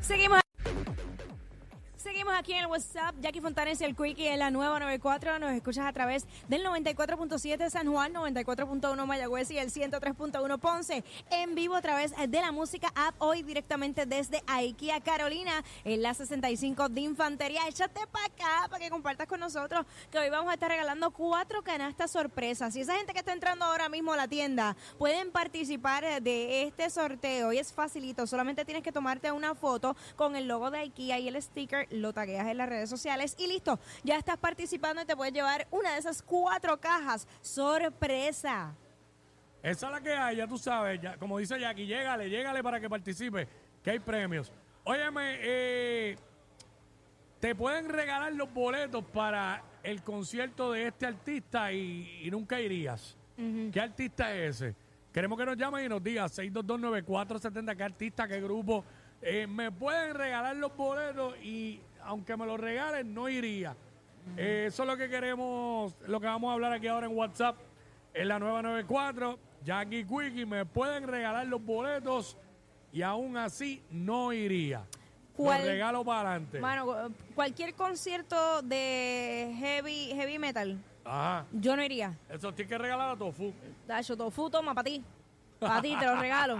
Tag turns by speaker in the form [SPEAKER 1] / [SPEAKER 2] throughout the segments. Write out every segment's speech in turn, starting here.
[SPEAKER 1] Seguimos. Seguimos aquí en el WhatsApp. Jackie Fontanes y el Quickie en la nueva 94. Nos escuchas a través del 94.7 San Juan, 94.1 Mayagüez y el 103.1 Ponce. En vivo a través de la música app. Hoy directamente desde IKEA Carolina, en la 65 de Infantería. Échate para acá para que compartas con nosotros que hoy vamos a estar regalando cuatro canastas sorpresas. Y esa gente que está entrando ahora mismo a la tienda pueden participar de este sorteo. Y es facilito. Solamente tienes que tomarte una foto con el logo de IKEA y el sticker lo tagueas en las redes sociales y listo, ya estás participando y te puedes llevar una de esas cuatro cajas. ¡Sorpresa!
[SPEAKER 2] Esa es la que hay, ya tú sabes, ya, como dice Jackie, llégale, llégale para que participe, que hay premios. Óyeme, eh, te pueden regalar los boletos para el concierto de este artista y, y nunca irías. ¿Qué artista es ese? Queremos que nos llamen y nos digas 6229470, qué artista, qué grupo. Eh, me pueden regalar los boletos y aunque me los regalen, no iría. Eh, eso es lo que queremos, lo que vamos a hablar aquí ahora en WhatsApp, en la nueva 94. Jackie Quickie, me pueden regalar los boletos y aún así no iría.
[SPEAKER 1] ¿Cuál-
[SPEAKER 2] Los regalo para adelante.
[SPEAKER 1] Mano, eh, cualquier concierto de heavy, heavy metal,
[SPEAKER 2] Ajá.
[SPEAKER 1] yo no iría.
[SPEAKER 2] Eso tienes que regalar a Tofu.
[SPEAKER 1] Dacho, tofu, toma para ti. Para ti, te lo regalo.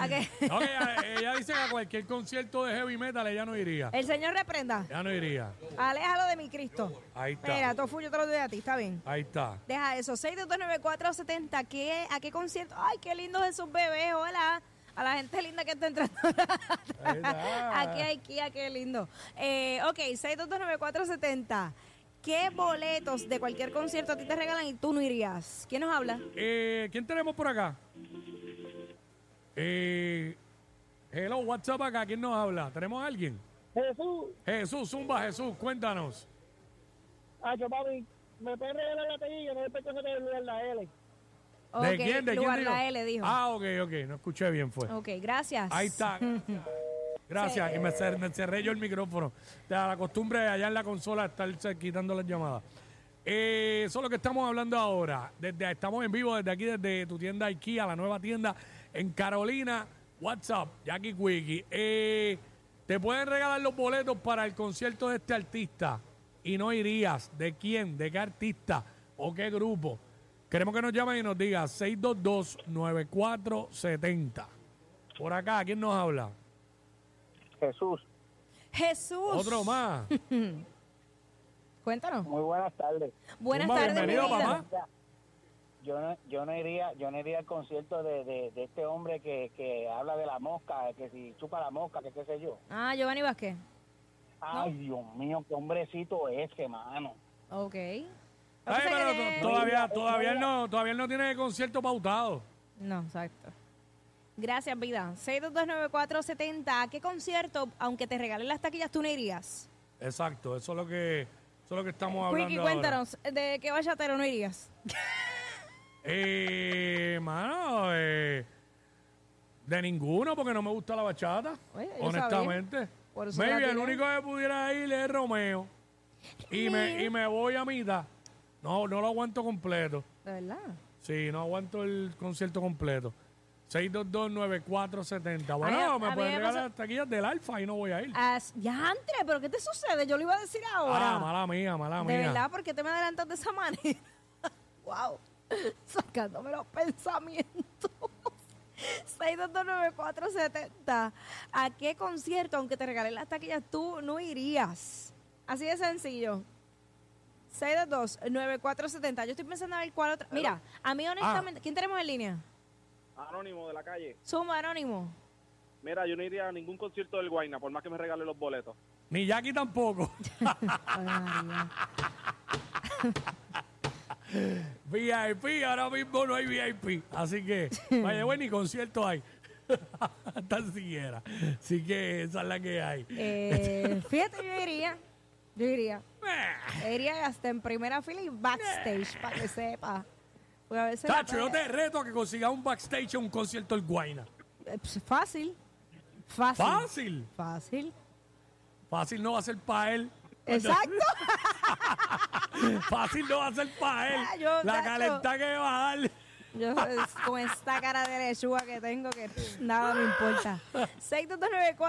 [SPEAKER 1] ¿A qué?
[SPEAKER 2] No, que ella, ella dice que a cualquier concierto de heavy metal ella no iría.
[SPEAKER 1] El Señor reprenda.
[SPEAKER 2] Ya no iría.
[SPEAKER 1] Aléjalo de mi Cristo.
[SPEAKER 2] Ahí está.
[SPEAKER 1] Mira, tofu, yo te lo doy a ti, está bien.
[SPEAKER 2] Ahí está.
[SPEAKER 1] Deja eso, 6229470, ¿qué, ¿a qué concierto? Ay, qué lindos esos bebés, hola. A la gente linda que está entrando.
[SPEAKER 2] está.
[SPEAKER 1] Aquí hay Kia, qué lindo. Eh, ok, 6229470. ¿Qué boletos de cualquier concierto a ti te regalan y tú no irías? ¿Quién nos habla?
[SPEAKER 2] Eh, ¿Quién tenemos por acá? Eh, hello, WhatsApp acá. ¿Quién nos habla? ¿Tenemos a alguien?
[SPEAKER 3] Jesús,
[SPEAKER 2] Jesús, Zumba, Jesús, cuéntanos.
[SPEAKER 3] ah, yo, papi, me puedes regalar la taquilla, no después que se te olvide la L.
[SPEAKER 2] ¿De
[SPEAKER 1] Ok,
[SPEAKER 2] quién? ¿De
[SPEAKER 1] lugar
[SPEAKER 2] quién? dijo?
[SPEAKER 1] la L dijo.
[SPEAKER 2] Ah, ok, ok. No escuché bien, fue.
[SPEAKER 1] Ok, gracias.
[SPEAKER 2] Ahí está. Gracias. Y me, cer- me cerré yo el micrófono. La, la costumbre de allá en la consola estar cer- quitando las llamadas. Eh, eso es lo que estamos hablando ahora. Desde, estamos en vivo desde aquí, desde tu tienda IKEA, la nueva tienda en Carolina. WhatsApp, Jackie Quickie. Eh, te pueden regalar los boletos para el concierto de este artista y no irías. ¿De quién? ¿De qué artista? ¿O qué grupo? Queremos que nos llamen y nos digas 622-9470. Por acá, ¿quién nos habla?
[SPEAKER 3] Jesús,
[SPEAKER 1] Jesús.
[SPEAKER 2] Otro más.
[SPEAKER 1] Cuéntanos.
[SPEAKER 3] muy buenas tardes.
[SPEAKER 1] Buenas
[SPEAKER 2] Zumba,
[SPEAKER 1] tardes, mi
[SPEAKER 2] bienvenido,
[SPEAKER 1] vida.
[SPEAKER 2] papá.
[SPEAKER 3] Yo no, yo no iría, yo no iría al concierto de, de, de este hombre que, que habla de la mosca, que si chupa la mosca, que qué sé yo.
[SPEAKER 1] Ah, Giovanni Vázquez.
[SPEAKER 3] Ay, Dios mío, qué hombrecito ese, mano.
[SPEAKER 1] Ok. Lo que
[SPEAKER 2] Ay,
[SPEAKER 1] pasa
[SPEAKER 2] pero
[SPEAKER 1] es que-
[SPEAKER 2] to- todavía, todavía, él no, todavía él no tiene concierto pautado.
[SPEAKER 1] No, exacto. Gracias, vida. 6229470. ¿A qué concierto, aunque te regalen las taquillas, tú no irías?
[SPEAKER 2] Exacto, eso es lo que, eso es lo que estamos hablando.
[SPEAKER 1] Quickie,
[SPEAKER 2] ahora.
[SPEAKER 1] cuéntanos, ¿de qué bachatero no irías?
[SPEAKER 2] Eh, mano, eh, de ninguno, porque no me gusta la bachata.
[SPEAKER 1] Oye, yo
[SPEAKER 2] honestamente.
[SPEAKER 1] sabía. Por eso
[SPEAKER 2] Maybe
[SPEAKER 1] la
[SPEAKER 2] el
[SPEAKER 1] tiré.
[SPEAKER 2] único que pudiera ir es Romeo. Y me, y me voy a mitad. No, no lo aguanto completo.
[SPEAKER 1] De verdad.
[SPEAKER 2] Sí, no aguanto el concierto completo. 6229470. Bueno,
[SPEAKER 1] A mí- a
[SPEAKER 2] me
[SPEAKER 1] mí
[SPEAKER 2] pueden
[SPEAKER 1] me
[SPEAKER 2] regalar
[SPEAKER 1] pasa-
[SPEAKER 2] las taquillas del Alfa y no voy a ir.
[SPEAKER 1] As- ya, André, ¿pero qué te sucede? Yo lo iba a decir ahora.
[SPEAKER 2] Ah, mala mía, mala
[SPEAKER 1] de
[SPEAKER 2] mía.
[SPEAKER 1] verdad, ¿por qué te me adelantas de esa manera? wow. Sacándome los pensamientos. 6229470. ¿A qué concierto, aunque te regalen las taquillas, tú no irías? Así de sencillo. 6229470. Yo estoy pensando a ver cuál otra. Mira, a
[SPEAKER 2] Ah.
[SPEAKER 1] mí honestamente, ¿quién tenemos en línea?
[SPEAKER 4] Anónimo de la calle.
[SPEAKER 1] Sumo Anónimo.
[SPEAKER 4] Mira, yo no iría a ningún concierto del Guayna, por más que me regale los boletos.
[SPEAKER 2] Ni Jackie tampoco.
[SPEAKER 1] Ay, María.
[SPEAKER 2] VIP, ahora mismo no hay VIP. Así que, vaya, bueno, ni concierto hay. Tan siquiera. Así que esa es la que hay.
[SPEAKER 1] Eh, fíjate, yo iría. Yo iría. Iría hasta en primera fila y backstage, para que sepa. Porque a veces. la
[SPEAKER 2] Tacho, yo
[SPEAKER 1] playa-
[SPEAKER 2] te reto a que consigas un backstage a un concierto del Guayna.
[SPEAKER 1] Eh, pues, Fácil. Fácil.
[SPEAKER 2] Fácil.
[SPEAKER 1] Fácil.
[SPEAKER 2] Fácil no va a ser para él.
[SPEAKER 1] Exacto.
[SPEAKER 2] Fácil no va a ser para él.
[SPEAKER 1] Ah, yo,
[SPEAKER 2] la
[SPEAKER 1] Tacho.
[SPEAKER 2] calentada que va a dar.
[SPEAKER 1] Yo es- con esta cara de lechuga que tengo que pff, nada me importa.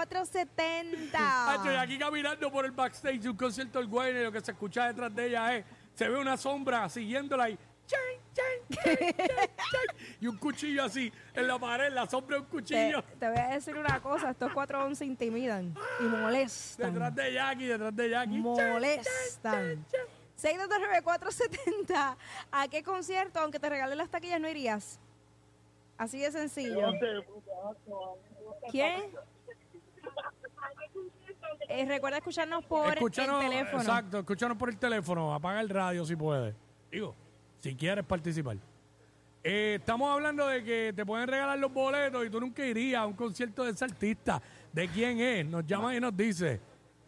[SPEAKER 2] Hacho, y
[SPEAKER 1] 6229470.
[SPEAKER 2] aquí caminando por el backstage de un concierto del Guayna y lo que se escucha detrás de ella es, se ve una sombra siguiéndola y chin, chin, chin, chin, chin, y un cuchillo así en la pared, la sombra de un
[SPEAKER 1] Te,
[SPEAKER 2] cuchillo
[SPEAKER 1] te voy a decir una cosa, estos 411 intimidan y
[SPEAKER 2] detrás
[SPEAKER 1] molestan.
[SPEAKER 2] de Jackie, detrás de Jackie. Chin,
[SPEAKER 1] Molestan. 6229470. ¿A qué concierto, aunque te regalen las taquillas, no irías? Así de sencillo. ¿Quién? Eh, recuerda escucharnos por
[SPEAKER 2] Escúchanos,
[SPEAKER 1] el teléfono.
[SPEAKER 2] Exacto, escúchanos por el teléfono. Apaga el radio si puedes. Digo, si quieres participar. Eh, estamos hablando de que te pueden regalar los boletos y tú nunca irías a un concierto de ese artista. ¿De quién es? Nos llama y nos dice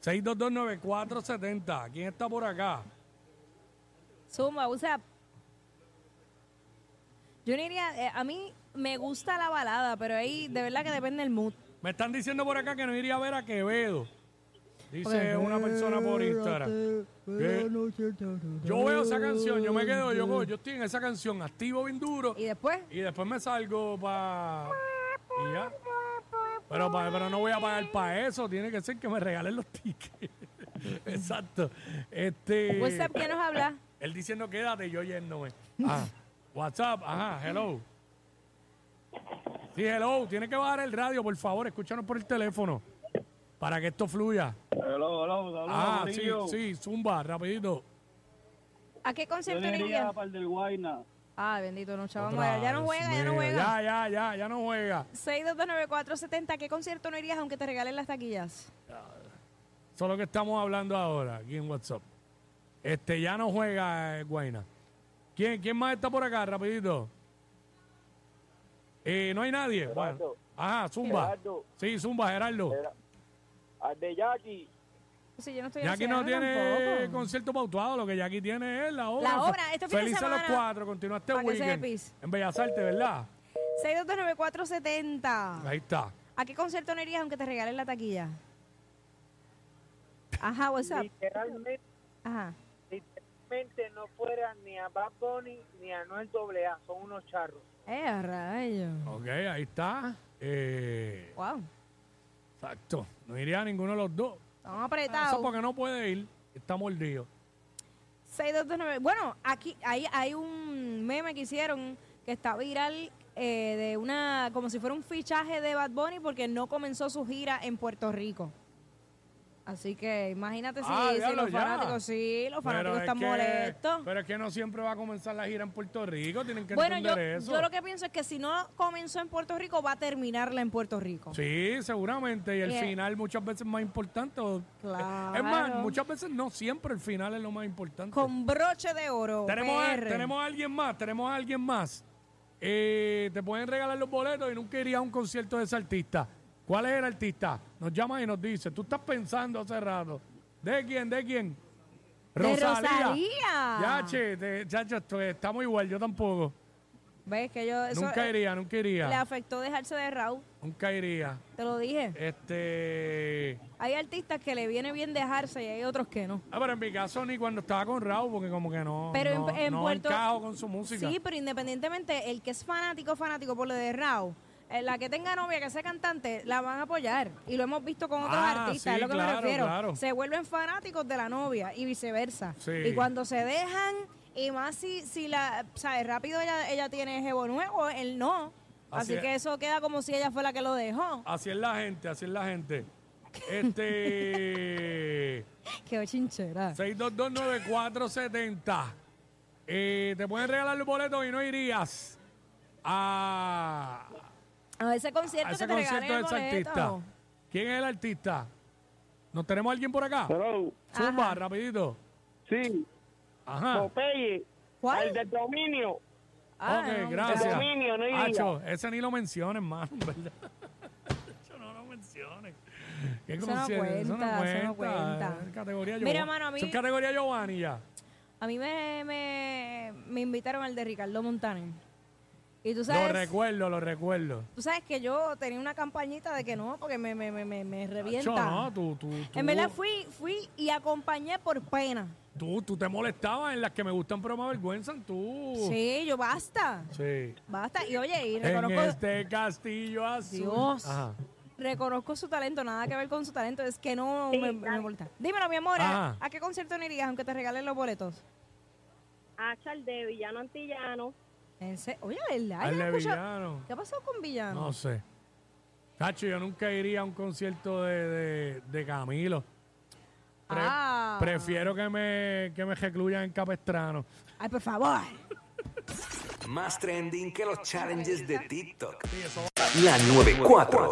[SPEAKER 2] 6229470. ¿Quién está por acá?
[SPEAKER 1] Suma, o sea, yo no iría, eh, a mí me gusta la balada, pero ahí de verdad que depende el mood.
[SPEAKER 2] Me están diciendo por acá que no iría a ver a Quevedo. Dice
[SPEAKER 1] Porque-
[SPEAKER 2] una persona por Instagram. Que- Yo veo esa canción, yo me quedo, yo, yo estoy en esa canción, activo bien duro.
[SPEAKER 1] Y después,
[SPEAKER 2] Y después me salgo para. Y ya. Pero, pa- pero no voy a pagar para eso. Tiene que ser que me regalen los tickets. Exacto. Este.
[SPEAKER 1] WhatsApp, ¿quién nos habla?
[SPEAKER 2] Él diciendo quédate y yo yéndome. Ah, WhatsApp, ajá, hello. Sí, hello. Tiene que bajar el radio, por favor. Escúchanos por el teléfono. Para que esto fluya.
[SPEAKER 3] Hello, hello, saludos,
[SPEAKER 2] Ah, sí,
[SPEAKER 3] Corillo.
[SPEAKER 2] sí, zumba, rapidito.
[SPEAKER 1] ¿A qué
[SPEAKER 3] Yo
[SPEAKER 1] concierto
[SPEAKER 3] no
[SPEAKER 1] no
[SPEAKER 3] iría
[SPEAKER 1] irías?
[SPEAKER 3] para el del Guayna.
[SPEAKER 1] Ah, bendito, no, chaval,
[SPEAKER 2] Otra
[SPEAKER 1] ya no
[SPEAKER 2] vez,
[SPEAKER 1] juega, ya no
[SPEAKER 2] mío.
[SPEAKER 1] juega.
[SPEAKER 2] Ya, ya, ya, ya no juega.
[SPEAKER 1] 6229470, ¿a qué concierto no irías aunque te regalen las taquillas?
[SPEAKER 2] Eso es lo que estamos hablando ahora aquí en WhatsApp. Este, ya no juega eh, Guaina. ¿Quién, ¿Quién más está por acá, rapidito? Eh, no hay nadie.
[SPEAKER 3] Gerardo.
[SPEAKER 2] Bueno. Ajá, Zumba.
[SPEAKER 3] Gerardo.
[SPEAKER 2] Sí, Zumba, Gerardo.
[SPEAKER 3] Al de Jackie.
[SPEAKER 1] Si yo no estoy
[SPEAKER 2] Jackie no
[SPEAKER 1] ansiando
[SPEAKER 2] tiene
[SPEAKER 1] tampoco.
[SPEAKER 2] concierto pautado, lo que Jackie tiene es la obra.
[SPEAKER 1] La obra, este fin de
[SPEAKER 2] Feliz a los
[SPEAKER 1] semana.
[SPEAKER 2] cuatro, continúa este
[SPEAKER 1] Pa' que se
[SPEAKER 2] weekend.
[SPEAKER 1] despis.
[SPEAKER 2] En Bellas Artes, ¿verdad?
[SPEAKER 1] 6229470.
[SPEAKER 2] Ahí está.
[SPEAKER 1] ¿A qué concierto no irías aunque te regalen la taquilla? Ajá, WhatsApp.
[SPEAKER 5] literalmente,
[SPEAKER 1] Ajá.
[SPEAKER 5] literalmente no fueran ni a Bad Bunny ni a Noel AA, son unos charros.
[SPEAKER 1] Eh, a rayo.
[SPEAKER 2] Ok, ahí está. Eh,
[SPEAKER 1] Wow.
[SPEAKER 2] exacto. No iría a ninguno de los dos.
[SPEAKER 1] Estamos
[SPEAKER 2] Eso
[SPEAKER 1] apretados.
[SPEAKER 2] porque no puede ir. Está mordido.
[SPEAKER 1] 6229. Bueno, aquí hay, hay un meme que hicieron que está viral eh, de una como si fuera un fichaje de Bad Bunny porque no comenzó su gira en Puerto Rico. Así que imagínate si,
[SPEAKER 2] Ah,
[SPEAKER 1] si
[SPEAKER 2] diablo,
[SPEAKER 1] los
[SPEAKER 2] ya.
[SPEAKER 1] fanáticos, sí, los fanáticos
[SPEAKER 2] es
[SPEAKER 1] están
[SPEAKER 2] que-
[SPEAKER 1] molestos.
[SPEAKER 2] Pero es que no siempre va a comenzar la gira en Puerto Rico, tienen que
[SPEAKER 1] Bueno, yo,
[SPEAKER 2] entender eso.
[SPEAKER 1] yo lo que pienso es que si no comenzó en Puerto Rico, va a terminarla en Puerto Rico.
[SPEAKER 2] Sí, seguramente, y el
[SPEAKER 1] Eh.
[SPEAKER 2] final muchas veces es más importante. o-
[SPEAKER 1] Claro.
[SPEAKER 2] Es más, muchas veces no siempre el final es lo más importante.
[SPEAKER 1] Con broche de oro.
[SPEAKER 2] tenemos, a,
[SPEAKER 1] PR.
[SPEAKER 2] tenemos a alguien más, tenemos a alguien más. Eh, te pueden regalar los boletos y nunca iría a un concierto de ese artista. ¿Cuál es el artista? Nos llama y nos dice, tú estás pensando hace rato. ¿De quién? ¿De quién?
[SPEAKER 1] De Rosalía.
[SPEAKER 2] Ya, che, te- chacho, esto- estamos igual, yo tampoco.
[SPEAKER 1] ¿Ves que yo eso
[SPEAKER 2] nunca
[SPEAKER 1] eh,
[SPEAKER 2] iría, nunca iría.
[SPEAKER 1] le afectó dejarse de Raúl?
[SPEAKER 2] Nunca iría.
[SPEAKER 1] Te lo dije.
[SPEAKER 2] Este.
[SPEAKER 1] Hay artistas que le viene bien dejarse y hay otros que no.
[SPEAKER 2] Ah, pero en mi caso ni cuando estaba con Raúl, porque como que no.
[SPEAKER 1] Pero
[SPEAKER 2] no,
[SPEAKER 1] en, en
[SPEAKER 2] no
[SPEAKER 1] Puerto
[SPEAKER 2] encajo con su música.
[SPEAKER 1] Sí, pero independientemente, el que es fanático, fanático por lo de Raúl, eh, la que tenga novia, que sea cantante, la van a apoyar. Y lo hemos visto con otros
[SPEAKER 2] Ah,
[SPEAKER 1] artistas, es
[SPEAKER 2] sí,
[SPEAKER 1] lo que me
[SPEAKER 2] claro,
[SPEAKER 1] refiero.
[SPEAKER 2] claro.
[SPEAKER 1] Se vuelven fanáticos de la novia y viceversa.
[SPEAKER 2] Sí.
[SPEAKER 1] Y cuando se dejan, y más si, si la, sabes, rápido ella, ella tiene jevo nuevo, él no. Así,
[SPEAKER 2] Así es.
[SPEAKER 1] que eso queda como si ella fue la que lo dejó.
[SPEAKER 2] Así es la gente, así es la gente. Este.
[SPEAKER 1] Qué chinchera.
[SPEAKER 2] 6229470. Eh, te pueden regalar los boletos y no irías a,
[SPEAKER 1] A ese concierto
[SPEAKER 2] a ese
[SPEAKER 1] que te
[SPEAKER 2] concierto de
[SPEAKER 1] regalen el
[SPEAKER 2] ese
[SPEAKER 1] boleto.
[SPEAKER 2] artista. ¿Quién es el artista? ¿Nos tenemos alguien por acá?
[SPEAKER 5] Hello.
[SPEAKER 2] Zumba,
[SPEAKER 1] Ajá.
[SPEAKER 2] rapidito.
[SPEAKER 5] Sí, Pues,
[SPEAKER 2] Ajá.
[SPEAKER 5] Popeye,
[SPEAKER 1] ¿Cuál?
[SPEAKER 5] el del dominio.
[SPEAKER 1] Ah,
[SPEAKER 2] ok,
[SPEAKER 1] no,
[SPEAKER 2] gracias.
[SPEAKER 5] Dominio, no iría.
[SPEAKER 2] Acho, ese ni lo menciones, mano, ¿verdad? Acho, no lo menciones. ¿Qué
[SPEAKER 1] Eso no
[SPEAKER 2] conciencia?
[SPEAKER 1] cuenta, eso no cuenta.
[SPEAKER 2] Es eh, categoría
[SPEAKER 1] Mira,
[SPEAKER 2] Giovanni.
[SPEAKER 1] mano, a mí-
[SPEAKER 2] Eso es categoría Giovanni ya.
[SPEAKER 1] A mí me, me, me invitaron al de Ricardo Montaner. Y tú
[SPEAKER 2] Lo
[SPEAKER 1] sabes,
[SPEAKER 2] recuerdo, lo recuerdo.
[SPEAKER 1] tú sabes que yo tenía una campañita de que no, porque me, me, me, me, me revienta.
[SPEAKER 2] Nacho, no, tú, tú, tú,
[SPEAKER 1] En verdad fui, fui y acompañé por pena.
[SPEAKER 2] tú, tú te molestabas en las que me gustan pero me avergüenzan tú.
[SPEAKER 1] Sí, yo basta.
[SPEAKER 2] Sí.
[SPEAKER 1] Basta. Y oye, y
[SPEAKER 2] Uh. En
[SPEAKER 1] reconozco,
[SPEAKER 2] este castillo azul.
[SPEAKER 1] Dios.
[SPEAKER 2] Ajá.
[SPEAKER 1] reconozco su talento, nada que ver con su talento, es que no me, me molesta. Dímelo, mi amor,
[SPEAKER 2] Ajá.
[SPEAKER 1] ¿a qué concierto no irías aunque te regalen los boletos?
[SPEAKER 6] a de Villano Antillano.
[SPEAKER 1] En se- Oye, ¿verdad? Yo
[SPEAKER 2] Al
[SPEAKER 1] no he
[SPEAKER 2] de
[SPEAKER 1] escuchado-
[SPEAKER 2] villano.
[SPEAKER 1] ¿Qué ha pasado con Villano?
[SPEAKER 2] No sé. Cacho, yo nunca iría a un concierto de, de- de Camilo. Pre-
[SPEAKER 1] Ah.
[SPEAKER 2] Prefiero que me, que me recluyan en Capestrano.
[SPEAKER 1] Ay, por favor.
[SPEAKER 7] Más trending que los challenges de TikTok.
[SPEAKER 2] Sí, eso
[SPEAKER 7] La 94.